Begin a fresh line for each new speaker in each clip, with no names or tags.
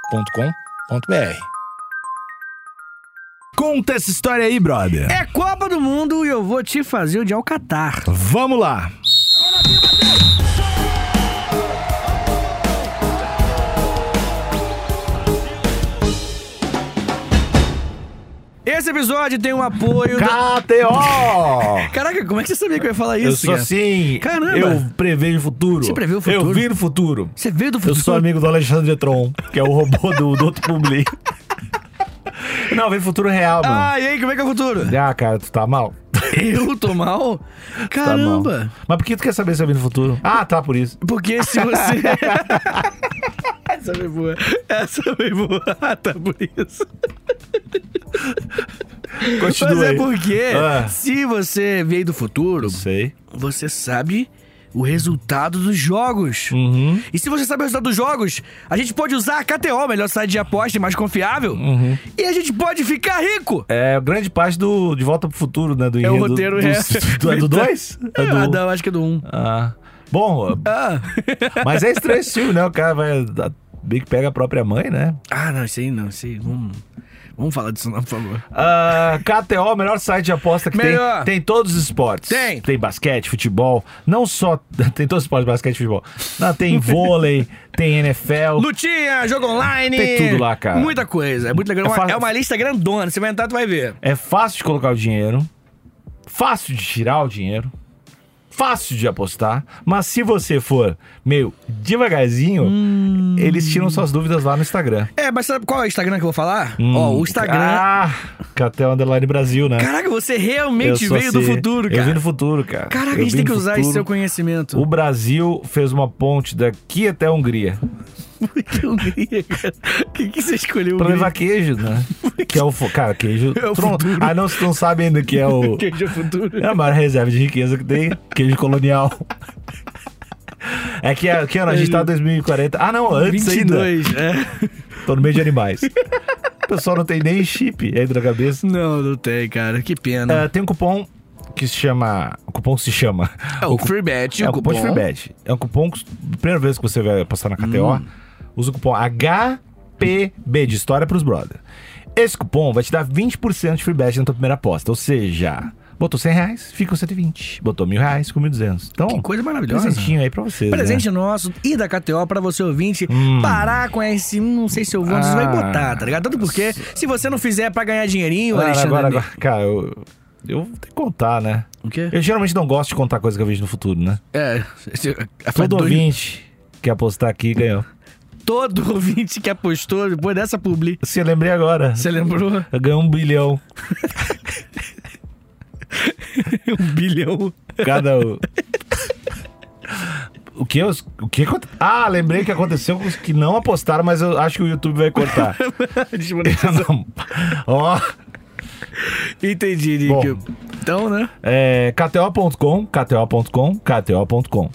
agenciadepodcast.com.br.
Conta essa história aí, brother.
É Copa do Mundo e eu vou te fazer o de Alcatar.
Vamos lá.
Esse episódio tem um apoio do...
KTO!
Caraca, como é que você sabia que eu ia falar
Eu
isso,
sou
cara?
assim.
Caramba.
Eu prevejo o futuro.
Você prevê o futuro?
Eu vi no futuro.
Você veio do
Eu
futuro?
sou amigo do Alexandre Tron, que é o robô do, do outro publi. Não, vem futuro real, mano.
Ah, e aí, como é que é o futuro?
Ah, cara, tu tá mal.
Eu tô mal?
Tá mal.
Caramba.
Mas por que tu quer saber se eu vim no futuro? Ah, tá, por isso.
Porque se você. Essa foi boa. Essa foi boa. Ah, tá por isso.
Continua
Mas é
aí.
porque
Ah.
se você veio do futuro,
Sei.
você sabe o resultado dos jogos.
Uhum.
E se você sabe o resultado dos jogos, a gente pode usar a KTO, melhor site de aposta e mais confiável. E a gente pode ficar rico.
É grande parte do De Volta pro Futuro, né? Do
É o roteiro,
do,
é.
do- é do 2?
É, ah, não, acho que é do 1. Um.
Ah. Bom,
Ah.
mas é estranho esse filme, né? O cara vai. a- Bem que pega a própria mãe, né?
ah, não, isso aí não, isso aí. Vamos, vamos falar disso não, por favor.
Ah, KTO, o melhor site de aposta que
Melhor.
tem. Tem todos os esportes.
Tem.
Tem basquete, futebol. Não só. Tem todos os esportes, basquete e futebol. Não, tem vôlei, tem NFL.
Lutinha, jogo online.
Tem tudo lá, cara.
Muita coisa. É muito legal.
É
É uma,
fácil.
é uma lista grandona. Você vai entrar, tu vai ver.
É fácil de colocar o dinheiro, fácil de tirar o dinheiro, fácil de apostar, mas se você for meio devagarzinho,
Hum.
eles tiram suas dúvidas lá no Instagram.
É, mas sabe qual é o Instagram que eu vou falar? Ó, o Instagram.
Ah, Catel Underline Brasil, né?
Caraca, você
Eu
realmente
sou
veio do
assim.
futuro, cara.
Eu vim do futuro, cara.
Caraca,
Eu
a gente
vim
tem
do
que usar esse
futuro.
seu conhecimento.
O Brasil fez uma ponte daqui até a Hungria.
que Hungria, cara? O que, que você escolheu? Um
Pra levar
Hungria?
queijo, né? que é o. fo- Cara, queijo.
É o
tu não-
futuro.
Ah, não, você não sabe ainda que é o.
Queijo futuro.
É a maior reserva de riqueza que tem, queijo colonial. É que, é- que ano? A gente tá em 2040. Ah, não, antes ainda.
22, é.
Tô no meio de animais. O pessoal não tem nem chip aí na cabeça.
Não, não tem, cara. Que pena.
Ah, tem um cupom que se chama. O cupom que se chama.
É, o free bet,
é
o
um cupom
cupom.
de free bet. É um cupom que, primeira vez que você vai passar na KTO, usa o cupom HPB, de história pros brother. Esse cupom vai te dar 20% de free bet na tua primeira aposta. Ou seja, botou 100 reais, fica com 120. Botou mil reais, ficou 1.200. Então,
Que coisa maravilhosa.
presentinho aí pra vocês. né?
Presente nosso e da KTO pra você ouvinte parar com esse hum, não sei se eu vou, não sei se vai
Ah.
botar, tá ligado? Tanto porque se você não fizer é pra ganhar dinheirinho,
Né? Cara,
Alexandre.
agora, agora, cara, eu, eu tenho que contar, né?
O quê?
Eu geralmente não gosto de contar coisa que eu vejo no futuro, né?
É, a
Todo
dois-
ouvinte que apostar aqui ganhou.
todo ouvinte que apostou depois dessa publi.
Se eu lembrei agora.
Você lembrou?
Eu ganhei um bilhão.
Um bilhão.
Cada um. O que, os- o que aconte- Ah, lembrei que aconteceu com os que não apostaram, mas eu acho que o YouTube vai cortar.
Desmonetizou.
Não. Ó,
Entendi, Nick.
Bom.
Então, né?
é, KTO.com, KTO.com, KTO.com.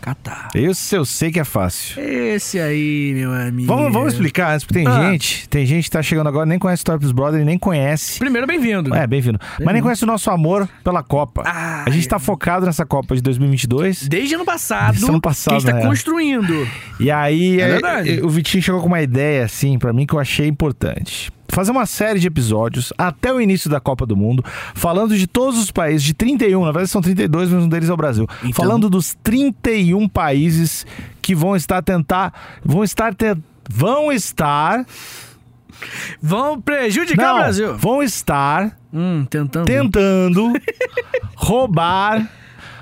Catar.
Isso eu sei que é fácil.
Esse aí, meu amigo.
Vamos, vamos explicar antes, porque tem
Ah.
gente, tem gente que tá chegando agora, nem conhece o Story Pros Brothers, nem conhece.
Primeiro, bem-vindo.
É, bem-vindo. Mas
Hum.
nem conhece o nosso amor pela Copa.
Ah,
A gente tá focado nessa Copa de 2022.
Desde ano passado,
Desde ano passado,
que a gente tá
né?
construindo.
E aí,
É
aí,
verdade.
eh, o Vitinho chegou com uma ideia, assim, pra mim, que eu achei importante. Fazer uma série de episódios até o início da Copa do Mundo, falando de todos os países, de 31, na verdade são 32, mas um deles é o Brasil.
Então-
Falando dos 31 países que vão estar tentar. Vão estar. te- Vão estar.
Vão prejudicar
não,
o Brasil.
Vão estar
Hum, tentando.
tentando roubar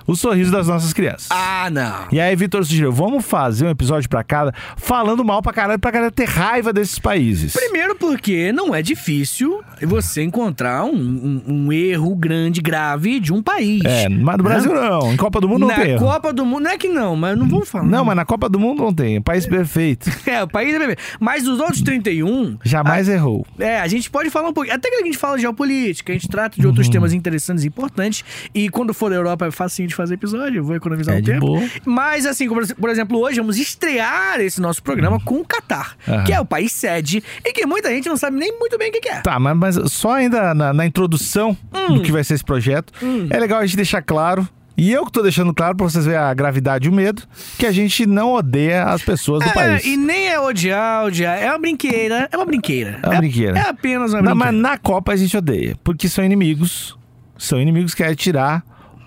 o sorriso das nossas crianças.
Ah, não.
E aí, Vitor sugeriu, vamos fazer um episódio pra cada, falando mal pra caralho, pra galera ter raiva desses países.
Primeiro porque não é difícil você encontrar um, um- um erro grande, grave de um país.
É, mas no Brasil não, em Copa do Mundo não
né? Na
tem. erro.
Copa do Mundo. Não é que não, mas não vamos falar.
Não, mas na Copa do Mundo não tem, país perfeito.
É, o país é bebê. Mas os outros 31,
Jamais errou.
É, a gente pode falar um pouquinho. Até que a gente fala de geopolítica, a gente trata de outros
Uhum.
temas interessantes e importantes. E quando for da Europa é facinho de fazer episódio, eu vou economizar
É
um
de
tempo.
boa.
Mas, assim, como, por exemplo, hoje vamos estrear esse nosso programa com o Catar,
Aham.
que é o país sede e que muita gente não sabe nem muito bem o que, que é.
Tá, mas,
Hum.
mas só ainda na, na introdução do que vai ser esse projeto, é legal a gente deixar claro E eu que tô deixando claro pra vocês verem a gravidade e o medo, que a gente não odeia as pessoas do
É,
país.
e nem é odiar, odiar. É uma brinqueira. É uma brinqueira.
É uma brinqueira.
É, apenas uma
Não,
brinqueira.
mas na Copa a gente odeia, porque são inimigos. São inimigos que querem tirar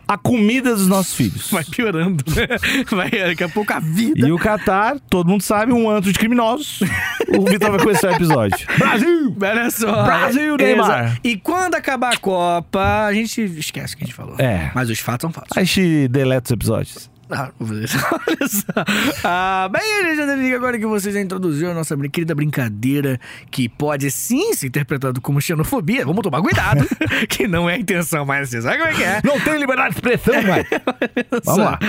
a comida dos nossos filhos.
Vai piorando, né? Vai, daqui a pouco a vida.
E o Catar, todo mundo sabe, um antro de criminosos. O Vitor vai começar o episódio. Brasil!
Olha só.
Brasil, Neymar.
Exa- E quando acabar a Copa, a gente esquece o que a gente falou.
É.
Mas os fatos são fatos.
A gente deleta os episódios.
Ah, não vou fazer isso. Olha só. Ah, bem, Alexandre, agora que você já introduziu a nossa brin- querida brincadeira, que pode sim ser interpretado como xenofobia, vamos tomar cuidado, que não é a intenção, mas você sabe como é que é.
Não tem liberdade de expressão, mano. Vamos lá.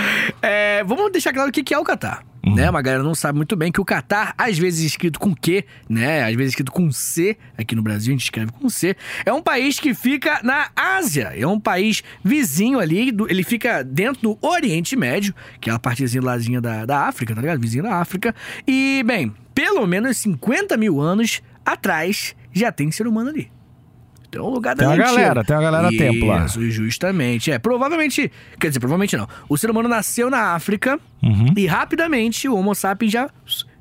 É, vamos deixar claro o que que é o Catar.
Uhum.
Né? Uma galera não sabe muito bem que o Catar, às vezes escrito com Q, né? Às vezes escrito com C, aqui no Brasil a gente escreve com C, é um país que fica na Ásia, é um país vizinho ali, do- ele fica dentro do Oriente Médio, que é a partezinha lazinha da, da África, tá ligado? Vizinho da África. E, bem, pelo menos 50 mil anos atrás já tem ser humano ali. Então, é um lugar
Tem uma
doentio.
galera, tem uma galera
Isso,
tempo lá.
justamente. É, provavelmente, quer dizer, provavelmente não. O ser humano nasceu na África
Uhum.
e rapidamente o Homo sapiens já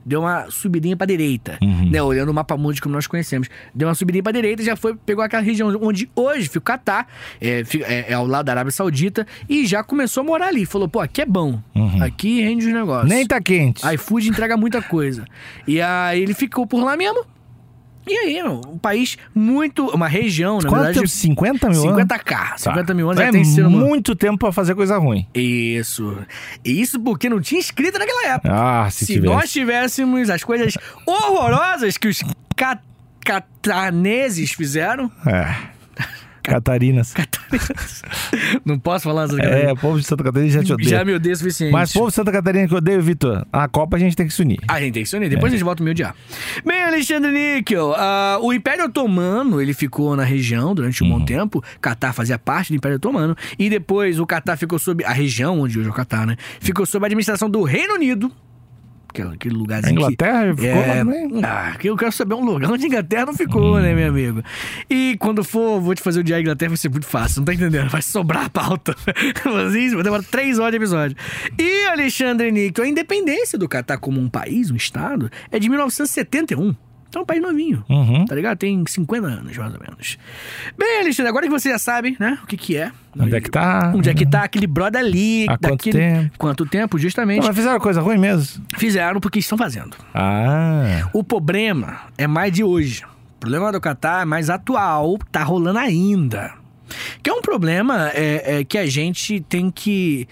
deu uma subidinha pra direita,
Uhum.
né? Olhando o mapa mundi como nós conhecemos. Deu uma subidinha pra direita e já foi, pegou aquela região onde hoje fica o Catar, é, fi- é- é ao lado da Arábia Saudita, e já começou a morar ali. Falou, pô, aqui é bom. Aqui rende os negócios.
Uhum. Nem tá quente.
iFood entrega muita coisa. E aí ele ficou por lá mesmo. E aí, meu, um país muito. Uma região, na
Quanto
verdade.
tempo? 50 mil anos?
50k. 50 mil anos
Tá.
já tem ser humano.
muito tempo pra fazer coisa ruim.
Isso. E isso porque não tinha escrita naquela época.
Ah, se,
Se
tivesse.
nós tivéssemos as coisas horrorosas que os ca- cataneses fizeram.
É. Catarinas.
não posso falar essas
É,
coisas.
o povo de Santa Catarina já te odeia.
Já me odeio o suficiente.
Mas povo de Santa Catarina que odeia, Vitor, a Copa a gente tem que se unir.
A Ah, gente tem que se unir.
É.
Depois a gente volta a me odiar. Bem, Alexandre Níquel, ah, o Império Otomano, ele ficou na região durante um
Uhum.
bom tempo. Catar fazia parte do Império Otomano. E depois o Catar ficou sob... A região onde hoje é o Catar, né? Ficou sob a administração do Reino Unido. que é Aquele
A
lugarzinho que...
Inglaterra ficou lá
É,
também. Hum.
ah, que eu quero saber um lugar onde a Inglaterra não ficou, né, meu amigo? E quando for, vou te fazer odiar a Inglaterra, vai ser muito fácil, não tá entendendo? Vai sobrar a pauta. Mas isso, vai demorar três horas de episódio. E, Alexandre Nicto, a independência do Catar como um país, um estado, é de 1971. Então é um país novinho.
Uhum.
Tá ligado? Tem 50 anos, mais ou menos. Bem, Alexandre, agora que você já sabe, né, o que que é.
Onde é que tá?
Onde é que tá aquele brother ali?
Há quanto
daquele-
tempo? Então,
Quanto tempo,
Não,
justamente.
mas fizeram coisa ruim mesmo?
Fizeram porque estão fazendo.
Ah.
O problema é mais de hoje. O problema do Catar é mais atual, tá rolando ainda. Que é um problema é, é, que a gente tem que.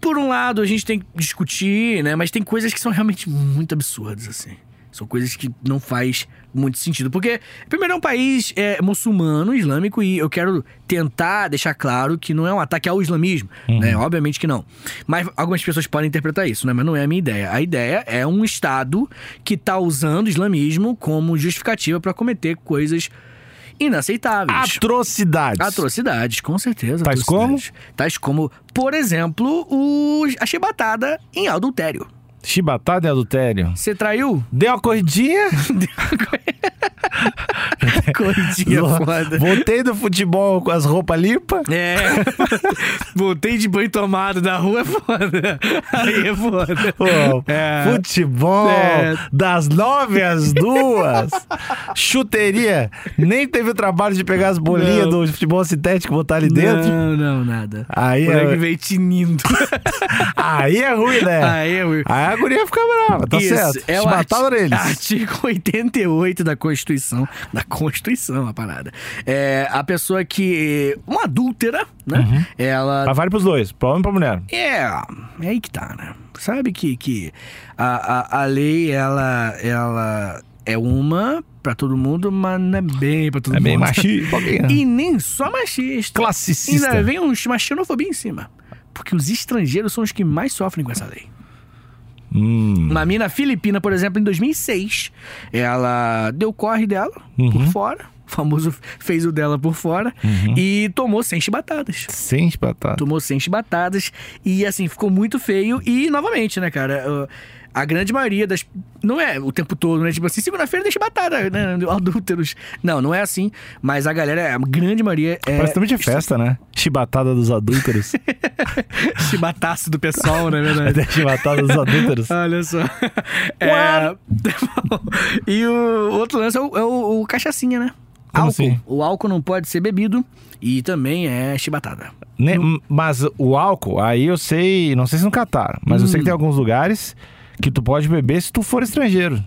Por um lado, a gente tem que discutir, né? Mas tem coisas que são realmente muito absurdas, assim. São coisas que não faz muito sentido. Porque, primeiro, é um país é, muçulmano, islâmico, e eu quero tentar deixar claro que não é um ataque ao islamismo, né? Obviamente que não. Mas algumas pessoas podem interpretar isso, né? Mas não é a minha ideia. A ideia é um Estado que tá usando o islamismo como justificativa para cometer coisas
Ah,
inaceitáveis.
Atrocidades.
Atrocidades, com certeza.
Tais
atrocidades. Tais como, por exemplo, o... a chibatada em adultério.
Chibatada e adultério.
Você traiu?
Deu uma corridinha.
Corridinha é foda.
Voltei do futebol com as roupas limpas.
É. Voltei de banho tomado na rua, é foda. Aí é foda.
Pô,
É.
Futebol
É.
das nove às duas. Chuteria. Nem teve o trabalho de pegar as bolinhas
Não.
do futebol sintético e botar ali dentro.
Não, não, nada.
Aí
o moleque
é-
veio tinindo.
Aí é ruim, né?
Aí é ruim.
Aí a guria fica brava, tá
Isso,
certo.
É o
Chibatada
arti-
neles.
Artigo 88 da Constituição. Da Constituição, a parada. É, a pessoa que. Uma adúltera, né? Ela
Mas vale pros dois, pra homem e pra mulher.
é, é aí que tá, né? Sabe que, que a, a, a lei, ela, ela é uma pra todo mundo, mas não é bem pra todo
É
mundo.
bem machista. um pouquinho.
E nem só machista.
Classicista.
Ainda vem um, uma xenofobia em cima. Porque os estrangeiros são os que mais sofrem com essa lei.
Hum.
Uma
Uhum.
mina filipina, por exemplo, em 2006, ela deu corre dela por fora, O famoso fez o dela por fora e tomou 100 chibatadas.
Sem batata.
Tomou 100 chibatadas e, assim, ficou muito feio. E, novamente, né, cara? uh, A grande maioria das. Não é o tempo todo, né? Tipo assim, segunda-feira tem chibatada, né? Adúlteros. Não, não é assim. Mas a galera, a grande maioria é.
Parece também de festa, né? Chibatada dos adúlteros. tá- É,
chibataço do pessoal, na verdade.
Chibatada dos adúlteros.
Olha só. É, e o outro lance é o, é o- o cachaçinha, né?
Como
álcool.
assim?
O álcool não pode ser bebido e também é chibatada.
Né, m- Mas o álcool, aí eu sei, não sei se no Catar, mas eu sei que tem alguns lugares que tu pode beber se tu for estrangeiro.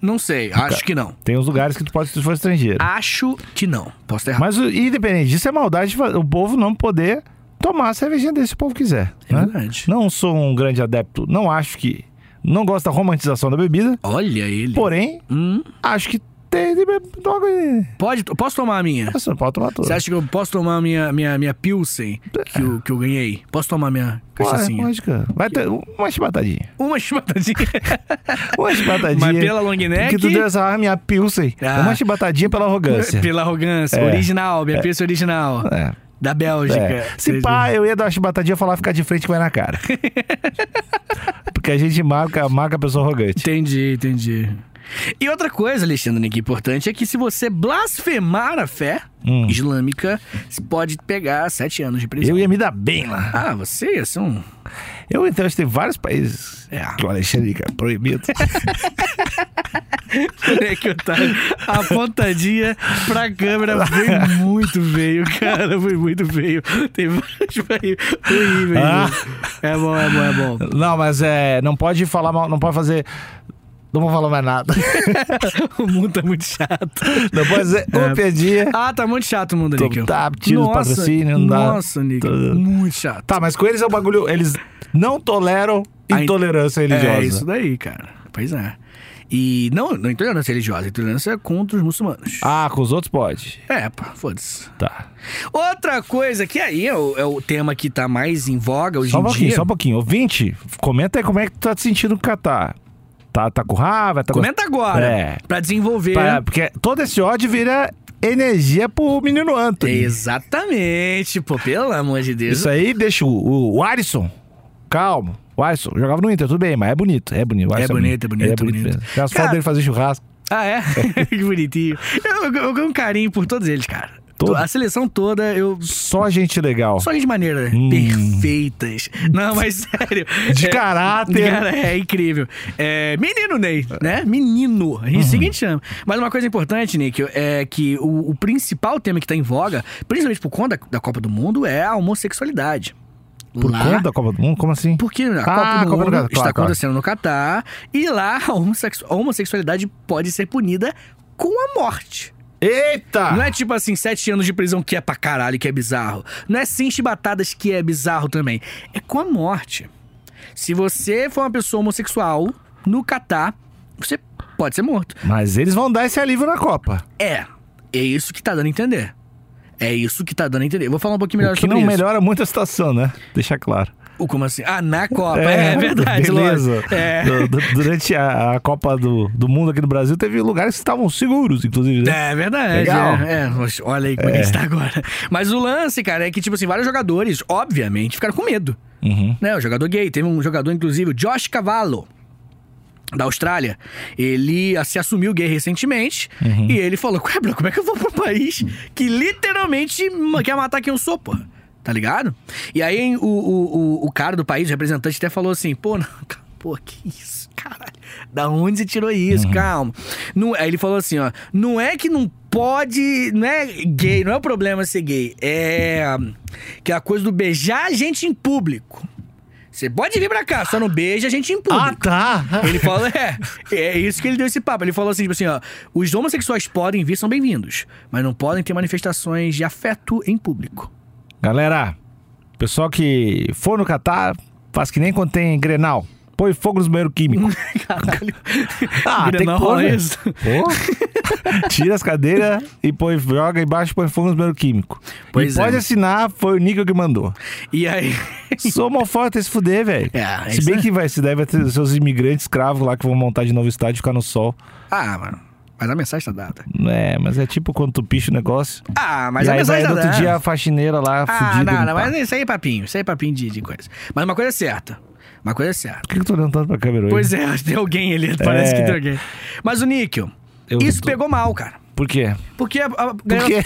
Não sei, acho que não.
Tem uns lugares que tu pode se tu for estrangeiro.
Acho que não. Posso estar errado.
Mas o- independente disso, é maldade de fa- o povo não poder tomar a cervejinha desse se o povo quiser.
É
né?
verdade.
Não sou um grande adepto, não acho que. Não gosto da romantização da bebida,
Olha ele.
porém,
Hum,
acho que tem de beber. Logo aí.
pode, posso tomar a minha?
Você não pode tomar tudo.
Você acha que eu posso tomar a minha, minha, minha Pilsen que eu, que eu ganhei? Posso tomar minha
Ué,
cachaçinha?
lógica. Vai ter um uma chibatadinha.
Uma chibatadinha.
Uma chibatadinha.
Mas pela long neck?
Que tu deu essa arma, minha Pilsen. Um
Ah.
Uma chibatadinha pela arrogância.
Pela arrogância. Original, minha Pilsen original.
É,
Da Bélgica.
é. Se pá, eu ia dar uma chibatadinha e falar ficar de frente que vai na cara. Porque a gente marca, marca a pessoa arrogante.
Entendi, entendi. E outra coisa, Alexandre, que é importante é que se você blasfemar a fé islâmica, você pode pegar sete anos de prisão.
Hum. Eu ia me dar bem lá.
Ah, você ia ser um.
Eu então tem vários países
É.
que o Alexandre é proibido.
É que eu tava. A pontadinha pra câmera foi muito feio, cara. Foi muito feio. Tem vários feio. Horrível.
Ah.
É bom, é bom, é bom.
não, mas é. Não pode falar mal, não pode fazer. Não vou falar mais nada.
O mundo tá muito chato.
Não pode fazer um uma piadinha.
Ah, tá muito chato o mundo,
Tô-
Níquel.
tá, tira os
Nossa,
patrocínios, não dá.
Nossa, Níquel.
Tô-
Muito chato.
Tá, mas com eles é um bagulho. Eles não toleram
A in-
intolerância religiosa.
É isso daí, cara. Pois é. E não, não é intolerância religiosa, é intolerância contra os muçulmanos.
Ah, com os outros pode.
É, pá, foda-se.
Tá.
Outra coisa que aí é o, é o tema que tá mais em voga hoje
Só um
em
pouquinho,
dia.
só um pouquinho. Ouvinte, comenta aí como é que tu tá te sentindo com o Catar. Tá, tá com raiva? Tá
Comenta agora,
É.
pra desenvolver.
Pra- porque todo esse ódio vira energia pro menino Anthony.
Exatamente, pô, pelo amor de Deus.
Isso aí deixa o, o, o Alisson calmo. O Alisson jogava no Inter, tudo bem, mas é bonito. É bonito. o Alisson
bonito, é bonito,
Ele
é bonito.
mesmo. Tem as
Cara-
fotos dele fazer churrasco.
Ah, é? que bonitinho. Eu, eu, eu ganho um carinho por todos eles, cara.
Todo-
A seleção toda, eu.
Só gente legal.
Só de maneira
Hum.
perfeitas. Não, mas sério.
De
É-
caráter.
Cara, é incrível. É, menino Ney, né? Menino.
Uhum.
A gente seguinte chama. Mas uma coisa importante, Nick, é que o, o principal tema que tá em voga, principalmente por conta da, da Copa do Mundo, é a homossexualidade.
Por
Lá-
conta da Copa do Mundo? Como assim?
Porque a
Ah,
Copa do
a Copa do
Mundo
Catar,
está
claro, claro.
acontecendo no Catar e lá a homossexu- a homossexualidade pode ser punida com a morte.
Eita!
Não é tipo assim, sete anos de prisão que é pra caralho, que é bizarro. Não é sem chibatadas que é bizarro também. É com a morte. Se você for uma pessoa homossexual no Catar, você pode ser morto.
Mas eles vão dar esse alívio na Copa.
É. É isso que tá dando a entender. É isso que tá dando a entender. Eu Vou falar um pouquinho melhor
que
sobre
não
isso.
melhora muito a situação, né? Deixar claro.
O como assim? Ah, na Copa. É, verdade,
beleza.
lógico. É.
Du- du- Durante a, a Copa do, do Mundo aqui no Brasil, teve lugares que estavam seguros, inclusive, né?
É verdade.
Legal.
É, é, mas olha aí como é. que está agora. Mas o lance, cara, é que, tipo assim, vários jogadores, obviamente, ficaram com medo.
Uhum.
Né? O jogador gay. Teve um jogador, inclusive, o Josh Cavallo, da Austrália. Ele ah, se assumiu gay recentemente. E ele falou: Ué, bro, como é que eu vou pra um país que literalmente ma- quer matar quem eu sou, pô? Tá ligado? E aí o, o, o, o cara do país, o representante, até falou assim: pô, não, calma, pô, que isso, caralho. Da onde você tirou isso? Calma. Não, aí ele falou assim: ó, não é que não pode. Não é gay, não é o problema ser gay. É. Que é a coisa do beijar a gente em público. Você pode vir pra cá, só não beija a gente em público.
Ah, tá!
Ele falou, é, é isso que ele deu esse papo. Ele falou assim, tipo assim, ó, os homossexuais podem vir, são bem-vindos, mas não podem ter manifestações de afeto em público.
Galera, pessoal que for no Catar, faz que nem quando tem Grenal. Põe fogo nos banheiros químicos.
Caralho.
Ah, tem que
Grenal
pôr,
rola
né?
isso.
Pô. Tira as cadeiras e põe, joga embaixo e põe fogo nos banheiros químicos.
Pois
e
é.
pode assinar, foi o Níquel que mandou.
E aí...
Sou mofó até se fuder, velho.
É, é
se
isso
bem
aí.
que vai, se deve ter seus imigrantes escravos lá que vão montar de novo estádio e ficar no sol.
Ah, mano. Mas a mensagem tá dada.
É, mas é tipo quando tu picha o negócio.
Ah, mas
e
a
aí vai
mensagem tá
no outro
dada.
dia a faxineira lá,
ah,
fudida. tá.
não,
no
não,
pau.
mas isso aí é papinho. Isso aí é papinho de, de coisa. Mas uma coisa é certa. Uma coisa é certa.
Por que, que eu tô olhando tanto pra câmera hoje?
Pois é, tem alguém ali. Parece
É.
que tem alguém. Mas o níquel,
Eu
isso
tô-
pegou mal, cara.
Por quê?
Porque a, a
quê?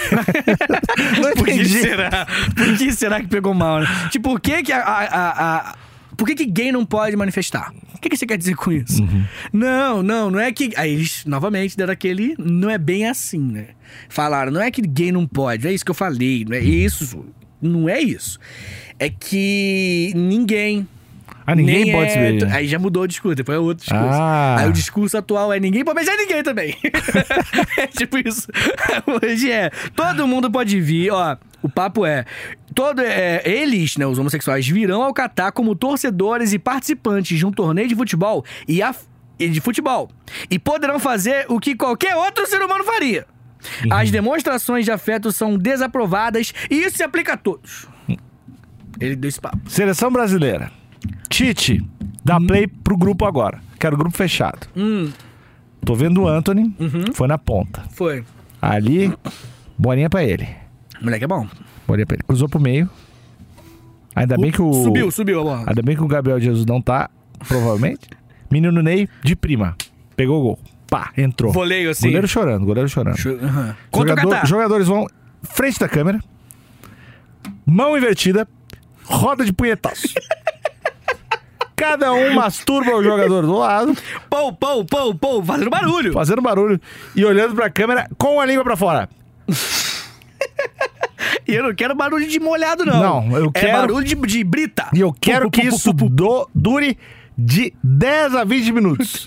Não
Por que
entendi.
será? Por que será que pegou mal, né? Tipo, por que que a... a- a- a- Por que que gay não pode manifestar? O que que você quer dizer com isso?
Uhum.
Não, não, não é que... Aí eles, novamente, deram aquele... Não é bem assim, né? Falaram, não é que gay não pode, não é isso que eu falei, não é isso. Não é isso. É que ninguém...
Ah, ninguém
nem
pode
é-
se beijar.
Aí já mudou o discurso, depois é outro discurso.
Ah.
Aí o discurso atual é ninguém pode beijar ninguém também. é tipo isso. Hoje é. Todo mundo pode vir, ó. O papo é. Todo, é, eles, né, os homossexuais, virão ao Catar como torcedores e participantes de um torneio de futebol e a- e de futebol. E poderão fazer o que qualquer outro ser humano faria.
Uhum.
As demonstrações de afeto são desaprovadas e isso se aplica a todos.
Hum.
Ele deu esse papo.
Seleção brasileira. Tite, dá play pro grupo agora. Quero grupo fechado.
Hum, Uhum.
Tô vendo o Anthony, foi na ponta.
foi.
Ali, bolinha pra ele.
Moleque é bom.
Bolinha pra ele. Cruzou pro meio. Ainda bem que o.
Subiu, subiu a bola.
Ainda bem que o Gabriel Jesus não tá, provavelmente. Menino Ney, de prima. Pegou o gol. Pá, entrou.
Voleio assim.
Goleiro chorando, goleiro chorando.
Chu- Aham. Contra
Jogador-
o Catar.
Jogadores vão frente da câmera, mão invertida, roda de punhetaço. Cada um masturba o jogador do lado,
Pou, pou, pou, pou, fazendo barulho.
fazendo barulho e olhando pra câmera com a língua pra fora.
E eu não quero barulho de molhado, não.
Não, eu
É
quero-
barulho de, de brita.
E eu quero que isso do- dure de 10 a 20 minutos.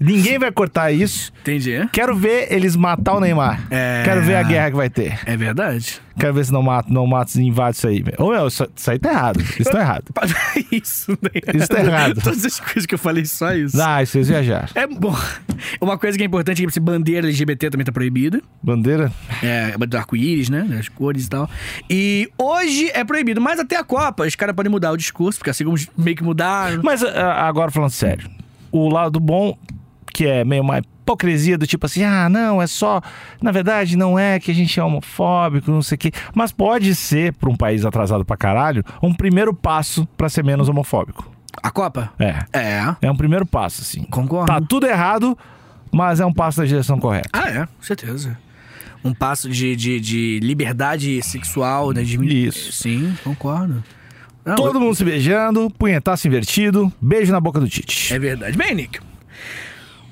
Ninguém vai cortar isso.
Entendi.
Quero ver eles matar o Neymar.
É.
Quero ver a guerra que vai ter.
É verdade.
Quero ver se não mata, não mata, invade isso aí. velho. Ô, meu, isso, isso aí tá errado. Isso tá errado.
Isso, né?
Isso tá errado.
Todas as coisas que eu falei, só isso.
Ah, isso vocês viajaram.
É bom. Uma coisa que é importante é que esse bandeira LGBT também tá proibida.
Bandeira?
É, do arco-íris, né? As cores e tal. E hoje é proibido, mas até a Copa os caras podem mudar o discurso, porque assim como meio que mudaram.
Mas a- a- agora falando sério, o lado bom, que é meio uma hipocrisia do tipo assim, ah, não, é só. Na verdade, não é que a gente é homofóbico, não sei o quê. Mas pode ser, pra um país atrasado pra caralho, um primeiro passo pra ser menos homofóbico.
A Copa?
É.
É,
É um primeiro passo, assim.
concordo.
Tá tudo errado, mas é um passo na direção correta.
Ah, é, com certeza. Um passo de, de, de liberdade sexual, né? De...
Isso.
Sim, concordo. Não,
Todo mundo se beijando, punhetaço invertido, beijo na boca do Tite.
É verdade. Bem, Nick.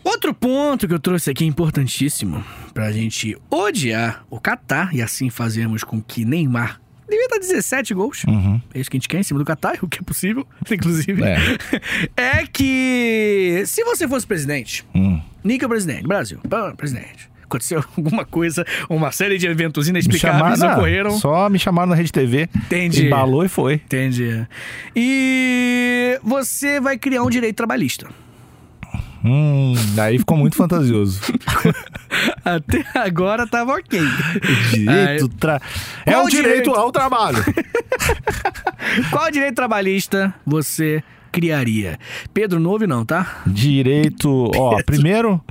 Outro ponto que eu trouxe aqui é importantíssimo pra gente odiar o Catar e assim fazermos com que Neymar devia estar 17
Hum.
gols.
Uhum,
É isso que a gente quer em cima do Catar, o que é possível, inclusive.
É.
É que se você fosse presidente,
Hum.
Nick é o presidente, Brasil, pá, presidente. Aconteceu alguma coisa, uma série de eventos
Me
inexplicáveis
chamaram,
ocorreram.
não, só me chamaram na Rede TV,
Entendi.
embalou e foi.
Entendi. E você vai criar um direito trabalhista.
Hum, aí ficou muito fantasioso.
Até agora tava ok.
Direito tra... É
Qual
o direito,
direito?
ao trabalho.
Qual direito trabalhista você criaria? Pedro Novo não, tá?
direito, ó, primeiro,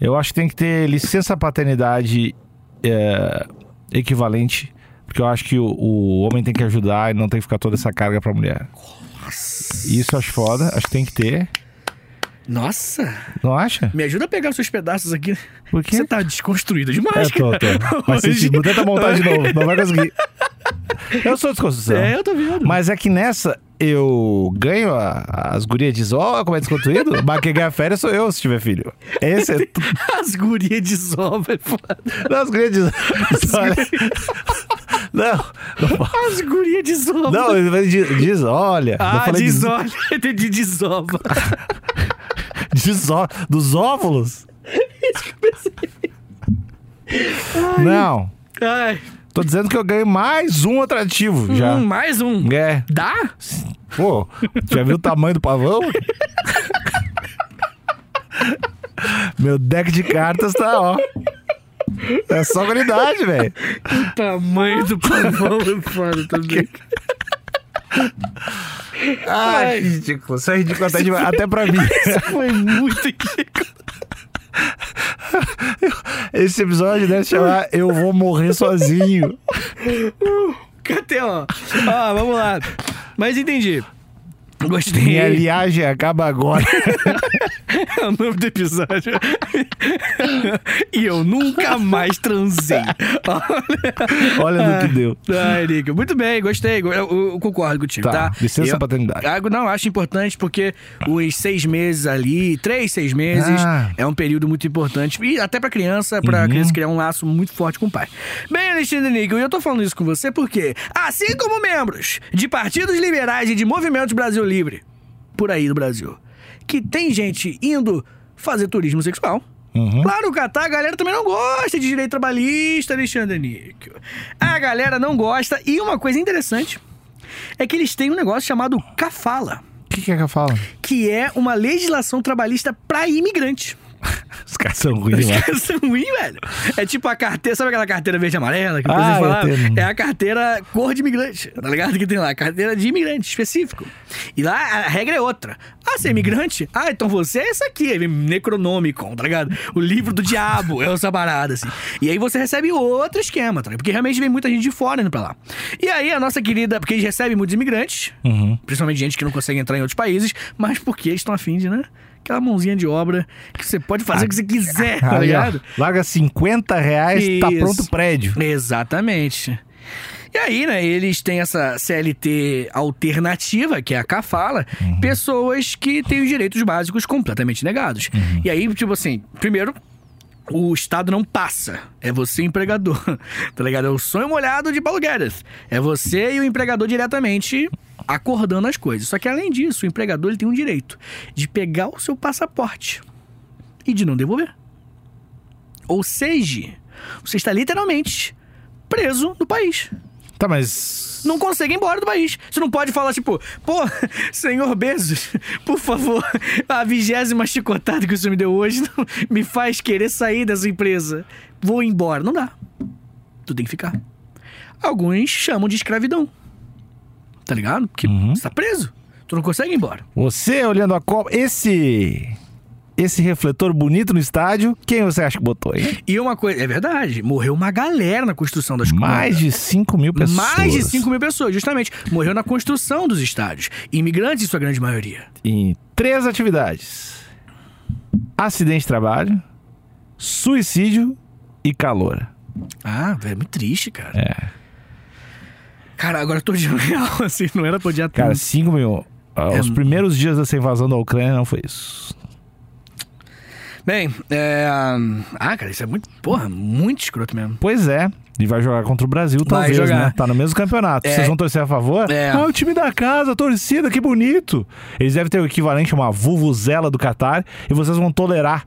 eu acho que tem que ter licença paternidade é, equivalente, porque eu acho que o, o homem tem que ajudar e não tem que ficar toda essa carga pra mulher. Isso eu acho foda, acho que tem que ter.
Nossa,
Não acha?
me ajuda a pegar os seus pedaços aqui.
Por quê?
Você tá desconstruído
É,
demais,
tô, tô.
cara.
Mas se
Hoje-
se- tenta montar tá de novo, não vai conseguir. Eu sou desconstrução.
É, eu tô vendo.
Mas é que nessa eu ganho a- as gurias diz, ó, como é desconstruído? Mas quem ganha férias sou eu se tiver filho. Esse é. tu-
As gurias de sova é foda.
Não, as gurias diz. Olha- Não,
As gurias de sova.
não, ele diz, diz, olha. eu
ah,
falei
de sova. Entendi, de sova.
de- diz ó- dos óvulos? Não.
Ai,
Tô dizendo que eu ganho mais um atrativo já.
hum, mais um.
É.
Dá?
Pô, já viu o tamanho do pavão? Meu deck de cartas tá, ó. É só qualidade, velho.
Tamanho do pavão é foda também.
Ai, ridículo. Isso é ridículo até, demais, até pra mim.
Foi muito ridículo.
Esse episódio deve se chamar Eu Vou Morrer Sozinho.
Cadê, ó? Ó, vamos lá. Mas entendi. Gostei.
Minha viagem acaba agora.
É o nome do episódio. e eu nunca mais transei.
Olha no que deu.
Ai, Nico. Muito bem, gostei. Eu, eu- eu concordo contigo, tá?
Tá, licença
eu,
paternidade.
Algo não, acho importante porque os seis meses ali, três, seis meses,
Ah.
é um período muito importante. E até pra criança, pra criança criar um laço muito forte com o pai. Bem, Alexandre Níquel, eu tô falando isso com você porque, assim como membros de partidos liberais e de movimentos Brasil Livre, por aí no Brasil, que tem gente indo fazer turismo sexual. Claro, o Catar, a galera também não gosta de direito trabalhista, Alexandre Níquel. A galera não gosta. E uma coisa interessante é que eles têm um negócio chamado Cafala,
O que, que é que eu falo?
que é uma legislação trabalhista pra imigrante.
Os caras são ruins lá.
Isso é ruim, velho. É tipo a carteira, sabe aquela carteira verde e amarela que o
Ah,
presidente falava?
eu tenho.
É a carteira cor de imigrante, tá ligado? Que tem lá, carteira de imigrante específico. E lá a regra é outra. Ah, você é imigrante? Ah, então você é isso aqui, aí vem Necronomicon, tá ligado? O livro do diabo, é essa parada, assim. E aí você recebe outro esquema, tá ligado? Porque realmente vem muita gente de fora indo pra lá. E aí a nossa querida, porque eles recebem muitos imigrantes, principalmente gente que não consegue entrar em outros países, mas porque eles estão afim de, né? Aquela mãozinha de obra que você pode fazer o que você quiser, tá
Ali, ó.
ligado?
Larga 50 reais, tá
Isso.
pronto o prédio.
Exatamente. E aí, né, eles têm essa CLT alternativa, que é a Cafala, pessoas que têm os direitos básicos completamente negados. E aí, tipo assim, primeiro, o Estado não passa. É você, empregador. Tá ligado? É o sonho molhado de Paulo Guedes. É você e o empregador diretamente acordando as coisas. Só que, além disso, o empregador ele tem um direito de pegar o seu passaporte e de não devolver. Ou seja, você está literalmente preso no país.
Tá, mas.
Não consegue ir embora do país. Você não pode falar, tipo, pô, senhor Bezos, por favor, a vigésima chicotada que o senhor me deu hoje não- me faz querer sair dessa empresa. Vou embora. Não dá. Tu tem que ficar. Alguns chamam de escravidão. Tá ligado? Porque você tá preso. Tu não consegue ir embora.
Você olhando a Copa. Esse. Esse refletor bonito no estádio, quem você acha que botou aí?
E uma coisa, é verdade, morreu uma galera na construção das
Mais de 5 mil pessoas.
Mais de 5 mil pessoas, justamente. Morreu na construção dos estádios. Imigrantes, em sua grande maioria.
Em três atividades: acidente de trabalho, suicídio e calor.
Ah, velho, muito triste, cara.
É.
Cara, agora eu tô de real, assim, não era pra odiar
Cara,
tanto.
5 mil. Ah,
É
Os primeiros dias dessa invasão da Ucrânia não foi isso.
Bem, é. Ah, cara, isso é muito. Porra, muito escroto mesmo.
Pois é. E vai jogar contra o Brasil,
Vai
talvez,
jogar.
né? Tá no mesmo campeonato.
É.
Vocês vão torcer a favor?
É.
Ah, o time da casa, a torcida, que bonito. Eles devem ter o equivalente a uma vuvuzela do Catar e vocês vão tolerar.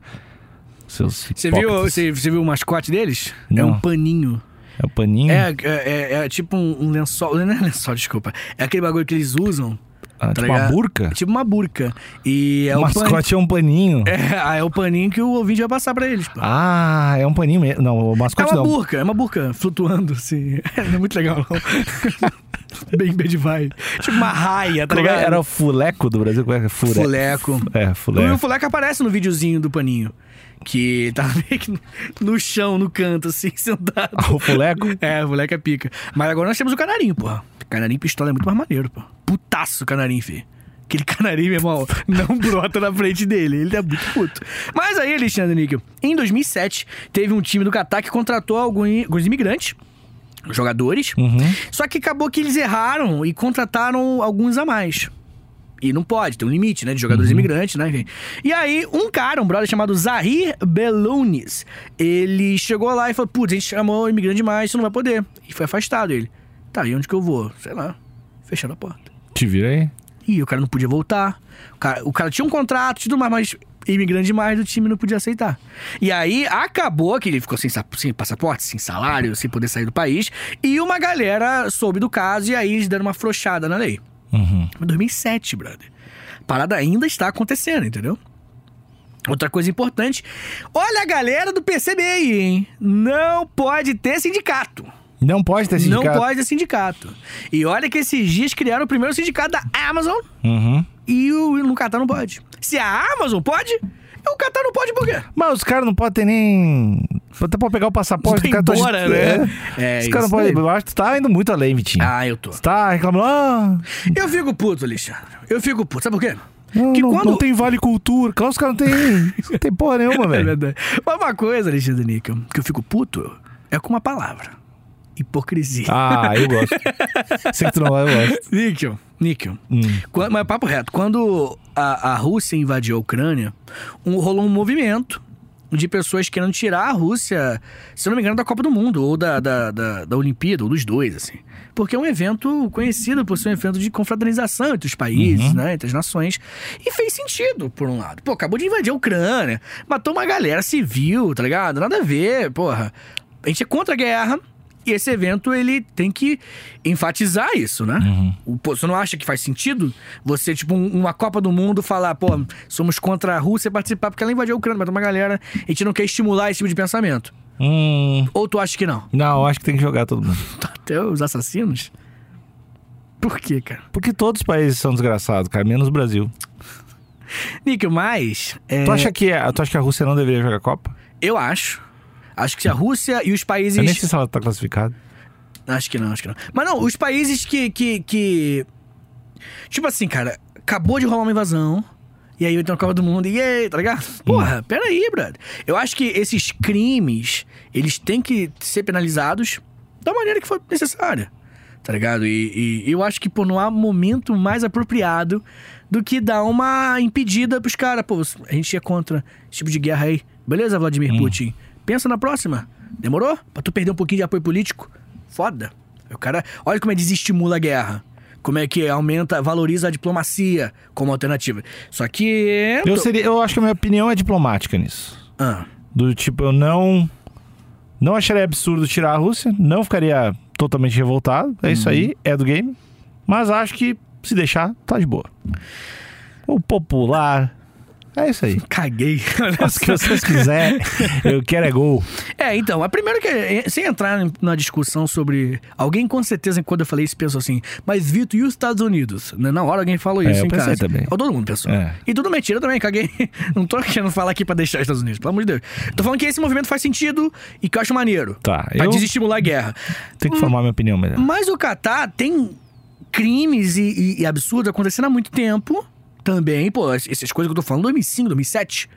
Seus
Você viu,
hipócritas.
você, você viu o mascote deles? É
Não.
um paninho.
É o paninho.
É, é, é- é tipo um, um lençol. Não é lençol, desculpa. É aquele bagulho que eles usam.
Ah,
tá
tipo uma
ligado?
burca.
É tipo uma burca. E é
o
o, pan-
mascote é um paninho.
É, ah, é o paninho que o ouvinte vai passar pra eles, pô.
Ah, é um paninho mesmo. Não, o
É
mascote
uma
não.
burca, é uma burca flutuando, assim. Não é muito legal, não. Bem bad vibe. Tipo uma raia, tá
Como é-
ligado?
Era o fuleco do Brasil? Como é que é? Fure...
fuleco.
É,
O
fuleco.
fuleco aparece no videozinho do paninho. Que tá meio que no chão, no canto, assim, sentado.
O fuleco?
É, o moleque é pica. Mas agora nós temos o canarinho, porra. Canarinho pistola é muito mais maneiro, pô. Putaço o canarinho, fi. Aquele canarinho, meu irmão, não brota na frente dele. Ele é muito puto. Mas aí, Alexandre Níquel, em 2007, teve um time do Catar que contratou algum- alguns imigrantes, jogadores.
Uhum.
Só que acabou que eles erraram e contrataram alguns a mais. E não pode, tem um limite, né? De jogadores imigrantes, né? Enfim. E aí, um cara, um brother chamado Zahir Belounis, ele chegou lá e falou: Putz, a gente chamou imigrante demais, isso não vai poder. E foi afastado ele. Tá, e onde que eu vou? Sei lá. Fecharam a porta.
Te vira aí.
E o cara não podia voltar. O cara, o cara tinha um contrato e tudo mais, mas imigrante demais, o time não podia aceitar. E aí acabou que ele ficou sem, sa- sem passaporte, sem salário, sem poder sair do país. E uma galera soube do caso e aí eles deram uma frouxada na lei.
Uhum.
2007, brother. A parada ainda está acontecendo, entendeu? Outra coisa importante, olha a galera do PCB aí, hein? Não pode ter sindicato.
Não pode ter sindicato.
Não pode ter sindicato. E olha que esses dias criaram o primeiro sindicato da Amazon
Uhum.
e o no Catar não pode. Se a Amazon pode, O Catar não pode por quê?
Mas os caras não podem ter nem. Até pra pegar o passaporte
Não
do cara.
tem
tô-
embora, né? É,
os caras
isso
não podem.
aí.
Eu acho que tu tá indo muito além, Vitinho.
Ah, eu tô.
Você tá reclamando. Ah,
Eu fico puto, Alexandre. Eu fico puto. Sabe por quê?
não,
Que
não-
quando-
não tem vale cultura. Claro, os caras não tem. não tem porra nenhuma,
É
velho.
verdade. Mas uma coisa, Alexandre Níquel, que eu fico puto é com uma palavra. Hipocrisia.
Ah, eu gosto. Sei que tu não gosta, eu gosto. Hum.
Níquel. Níquel. Quan- mas papo reto. Quando a, a Rússia invadiu a Ucrânia, um- rolou um movimento de pessoas querendo tirar a Rússia, se eu não me engano, da Copa do Mundo, ou da, da, da, da Olimpíada, ou dos dois, assim. Porque é um evento conhecido por ser um evento de confraternização entre os países, né? Entre as nações. E fez sentido, por um lado. Pô, acabou de invadir a Ucrânia, matou uma galera civil, tá ligado? Nada a ver, porra. A gente é contra a guerra, e esse evento, ele tem que enfatizar isso, né? O- pô, você não acha que faz sentido você, tipo, um- uma Copa do Mundo falar, pô, somos contra a Rússia participar porque ela invadiu a Ucrânia, mas tem uma galera, a gente não quer estimular esse tipo de pensamento.
Hum.
Ou tu acha que não? Tá,
Não, eu acho que tem que jogar todo mundo.
Até os assassinos? Por quê, cara?
Porque todos os países são desgraçados, cara, menos o Brasil.
Nick, mas... é,
Tu, acha que a, tu acha que a Rússia não deveria jogar a Copa?
Eu acho. Acho que se a Rússia e os países...
Eu nem sei se ela tá classificada.
Acho que não, acho que não. Mas não, os países que. que, que... Tipo assim, cara, acabou de rolar uma invasão. E aí então a Copa do Mundo, e aí, tá ligado? Porra, peraí, brother. Eu acho que esses crimes, eles têm que ser penalizados da maneira que for necessária. Tá ligado? E, e eu acho que, pô, não há momento mais apropriado do que dar uma impedida pros caras. Pô, a gente é contra esse tipo de guerra aí. Beleza, Vladimir Putin? Pensa na próxima. Demorou? Pra tu perder um pouquinho de apoio político? Foda. O cara, olha como é desestimula a guerra. Como é que aumenta, valoriza a diplomacia como alternativa. Só que.
Eu, seria, eu acho que a minha opinião é diplomática nisso.
Ah,
Do tipo, eu não. Não acharia absurdo tirar a Rússia, não ficaria totalmente revoltado. É isso aí, é do game. Mas acho que se deixar, tá de boa. O popular. É isso aí.
caguei.
Mas o que vocês quiserem, eu quero é gol.
É, então, a primeira que. é, Sem entrar em- na discussão sobre. Alguém com certeza, quando eu falei isso, pensou assim, mas Vitor, e os Estados Unidos? Né, Na hora alguém falou
É,
isso
eu
em
pensei
casa.
também.
Ou todo mundo pensou.
É.
E tudo mentira também, caguei. Não tô querendo falar aqui pra deixar os Estados Unidos, pelo amor de Deus. Tô falando que esse movimento faz sentido e que eu acho maneiro.
Tá,
Pra
eu
desestimular a guerra.
tenho que formar minha opinião melhor.
Mas o Catar tem crimes e, e- e absurdos acontecendo há muito tempo também, pô, es- essas coisas que eu tô falando, 2005, 2007.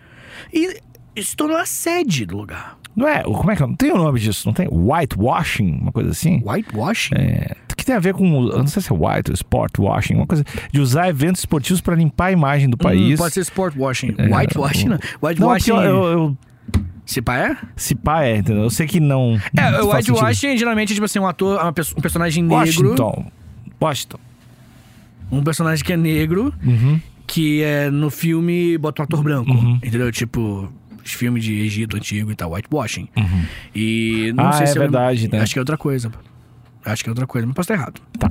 E se tornou a sede do lugar.
Não é? Como é que é? Não tem o nome disso, não tem? Whitewashing, uma coisa assim?
Whitewashing?
É, que tem a ver com, eu não sei se é white, ou sport washing, uma coisa de usar eventos esportivos pra limpar a imagem do
Hum,
país.
pode ser sport washing.
É,
White washing, não. White
Não, porque
washing.
eu, eu, eu-
Se pá é?
se pá é, entendeu? Eu sei que não.
É,
não
o
faz
white
sentido.
washing geralmente é tipo assim, um ator, uma pessoa- um personagem negro.
Washington. Washington.
Um personagem que é negro, que é no filme bota um ator branco. Entendeu? Tipo, os filmes de Egito antigo e tal, whitewashing. E não
Ah,
sei
é
se eu-
verdade, né?
Acho que é outra coisa. Acho que é outra coisa, mas posso estar errado.
Tá.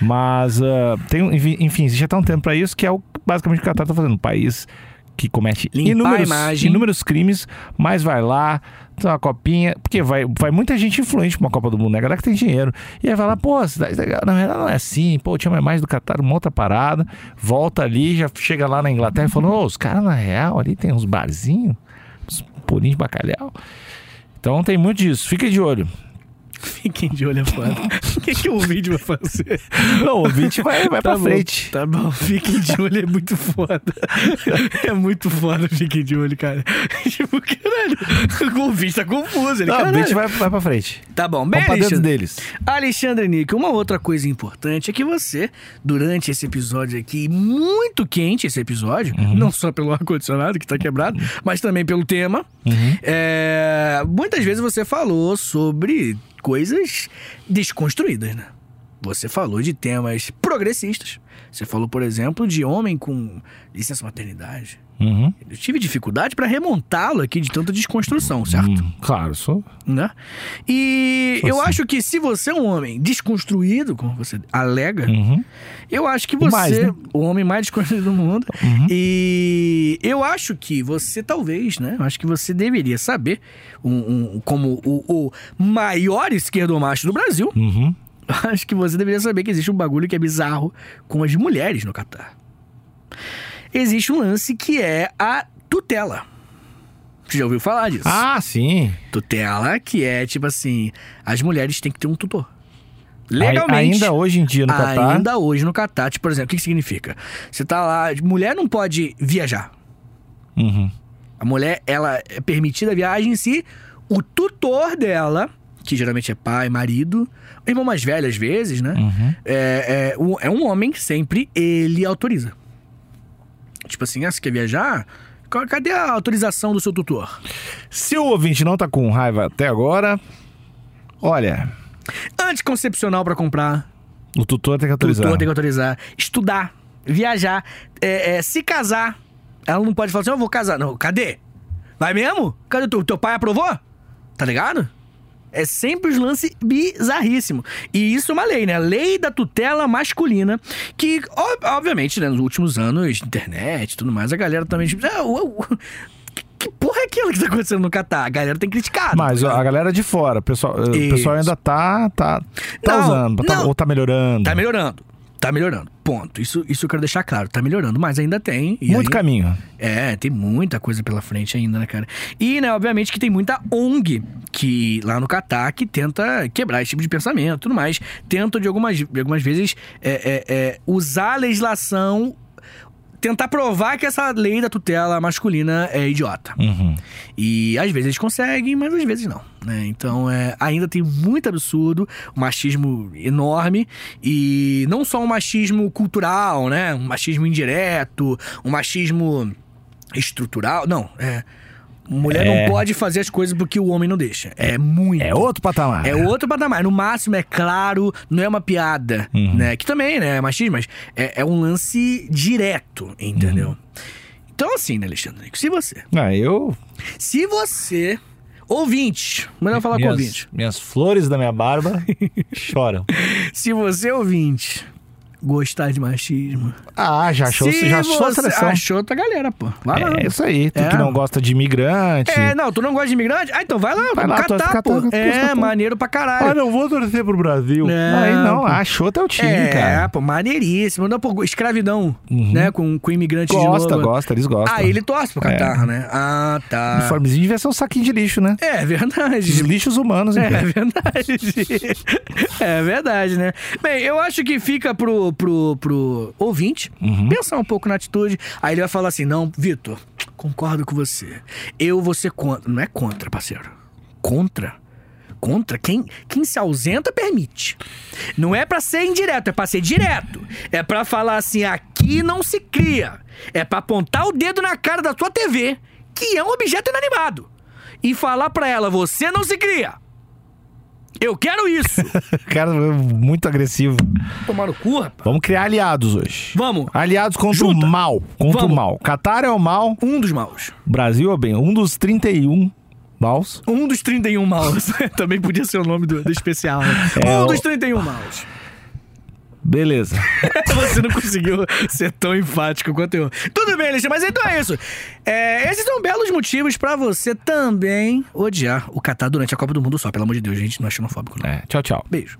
Mas, ah, tem, um- enfim, enfim, existe até um tempo pra isso, que é o, basicamente o que o Qatar tá fazendo. Um país que comete
Limpar a
inúmeros,
imagem.
inúmeros crimes, mas vai lá, dá uma copinha. Porque vai, vai muita gente influente pra uma Copa do Mundo, né? A galera que tem dinheiro. E aí vai lá, pô, cidade legal. Na verdade não é assim. Pô, tinha uma imagem do Qatar, uma outra parada. Volta ali, já chega lá na Inglaterra e fala: ô, os caras na real ali tem uns barzinhos, uns pulinhos de bacalhau. Então tem muito disso. Fica de olho.
Fiquem de olho é foda. O que, que o vídeo vai fazer?
Não, o ouvinte vai, vai pra
bom,
frente.
Tá bom, fiquem de olho, é muito foda. É muito foda, fiquem de olho, cara. Tipo, caralho, o convite tá confuso. Ele,
Não, o
caralho.
beat vai, vai pra frente.
Tá bom, bem,
Vamos pra dentro
Alexandre.
deles.
Alexandre Nick, uma outra coisa importante é que você, durante esse episódio aqui, muito quente esse episódio, não só pelo ar-condicionado que tá quebrado, mas também pelo tema,
Uhum,
é, muitas vezes você falou sobre coisas desconstruídas, né? Você falou de temas progressistas. Você falou, por exemplo, de homem com licença maternidade.
Uhum.
Eu tive dificuldade pra remontá-lo aqui de tanta desconstrução, certo?
Hum, claro, sou.
né? E
Só
eu
assim.
acho que se você é um homem desconstruído, como você alega,
Uhum.
eu acho que você
mais, né?
é o homem mais desconstruído do mundo.
Uhum.
E eu acho que você talvez, né? Eu acho que você deveria saber, um- um- como o, o maior esquerdomacho do Brasil,
Uhum.
eu acho que você deveria saber que existe um bagulho que é bizarro com as mulheres no Catar. Existe um lance que é a tu tutela. Você já ouviu falar disso?
Ah, sim.
Tutela, que é tipo assim, as mulheres têm que ter um tutor. Legalmente.
Ai- Ainda hoje em dia no Catar.
Ainda hoje no Catar, tipo, por exemplo, o que, que significa? Você tá lá, mulher não pode viajar.
Uhum.
A mulher, ela é permitida a viagem se o tutor dela, que geralmente é pai, marido, irmão mais velho às vezes, né?
Uhum.
É, é, o- é um homem que sempre ele autoriza. Tipo assim, ah, você quer viajar? Qual- Cadê a autorização do seu tutor?
Se o ouvinte não tá com raiva até agora, olha,
Anticoncepcional pra comprar.
o tutor tem que autorizar.
tutor tem que autorizar. Estudar, viajar, é, é, se casar. Ela não pode falar assim, eu vou casar. Não, cadê? Vai mesmo? Cadê tu? Teu pai aprovou? Tá ligado? É sempre os lances bizarríssimo. E isso é uma lei, né? Lei da tutela masculina. Que, ob- obviamente, né, nos últimos anos, internet e tudo mais, a galera também. Tipo, ah, uau, uau, que- que porra é aquela que tá acontecendo no Catar? A galera tem criticado.
Mas
tá
ó, a galera é de fora, o pessoal, eh, o
Isso.
pessoal ainda tá, tá, tá
Não,
usando, tá-
não.
ou tá melhorando.
Tá melhorando. Tá melhorando. Ponto. Isso, isso eu quero deixar claro. Tá melhorando, mas ainda tem. e
Muito
aí-
caminho.
É, tem muita coisa pela frente ainda, né, cara? E, né, obviamente que tem muita ONG que lá no Catar que tenta quebrar esse tipo de pensamento e tudo mais. Tenta, de algumas, de algumas vezes, é, é, é, usar a legislação. Tentar provar que essa lei da tutela masculina é idiota.
Uhum.
E às vezes eles conseguem, mas às vezes não. Né? Então é, ainda tem muito absurdo, um machismo enorme, e não só um machismo cultural, né? Um machismo indireto, um machismo estrutural. Não, é. Mulher
É.
não pode fazer as coisas porque o homem não deixa. É muito.
É outro patamar.
É outro patamar. No máximo, é claro, não é uma piada,
Uhum.
né? Que também, né? É machismo, mas é, é um lance direto, entendeu?
Uhum.
Então, assim, né, Alexandre? Se você
Ah, eu.
se você, ouvinte, melhor falar com
Minhas,
ouvinte.
minhas flores da minha barba choram.
Se você, ouvinte, gostar de machismo.
Ah, já achou,
se
já achou a
você-
seleção.
Achou outra galera, pô. Vai lá.
É isso aí. Tu
É.
que não gosta de imigrante.
É, não, tu não gosta de imigrante? Ah, então vai lá,
Vai lá, tu vai
catar,
catar,
pô.
catar,
É,
catar.
maneiro pra caralho.
não vou torcer pro Brasil.
Não,
Aí não,
pô.
achou teu time,
é,
cara. Uhum.
pô, maneiríssimo. Não, pô, escravidão, né? Com, com imigrante de
Gosta,
novo.
gosta, É. eles gostam.
Ah, ele torce pro Catar, né? Ah, tá.
Uniformezinho devia ser um saquinho de lixo, né?
É verdade.
De lixos humanos, hein,
É
cara?
verdade. é verdade, né? Bem, eu acho que fica pro, pro, pro ouvinte pensar um pouco na atitude. Aí ele vai falar assim: não, Vitor, concordo com você. Eu vou ser contra. Não é contra, parceiro. Contra? Contra? Quem, quem se ausenta permite. Não é pra ser indireto, é pra ser direto. É pra falar assim: aqui não se cria. É pra apontar o dedo na cara da sua TV, que é um objeto inanimado. E falar pra ela: você não se cria. Eu quero isso.
Cara, muito agressivo.
Tomar no cu, rapaz.
Vamos criar aliados hoje.
Vamos.
Aliados contra
Junta.
o mal. Contra
Vamos.
o mal. Catar é o mal,
Um dos maus.
Brasil é o bem. Um dos 31 maus.
Um dos 31 maus. Também podia ser o nome do, do especial. né?
É,
um
o-
dos 31 maus.
Beleza.
Você não conseguiu ser tão enfático quanto eu. Tudo bem, Alexandre, mas então é isso. É, esses são belos motivos pra você também odiar o Catar é durante a Copa do Mundo só. Pelo amor de Deus, gente, não é xenofóbico, não.
É, tchau, tchau.
Beijo.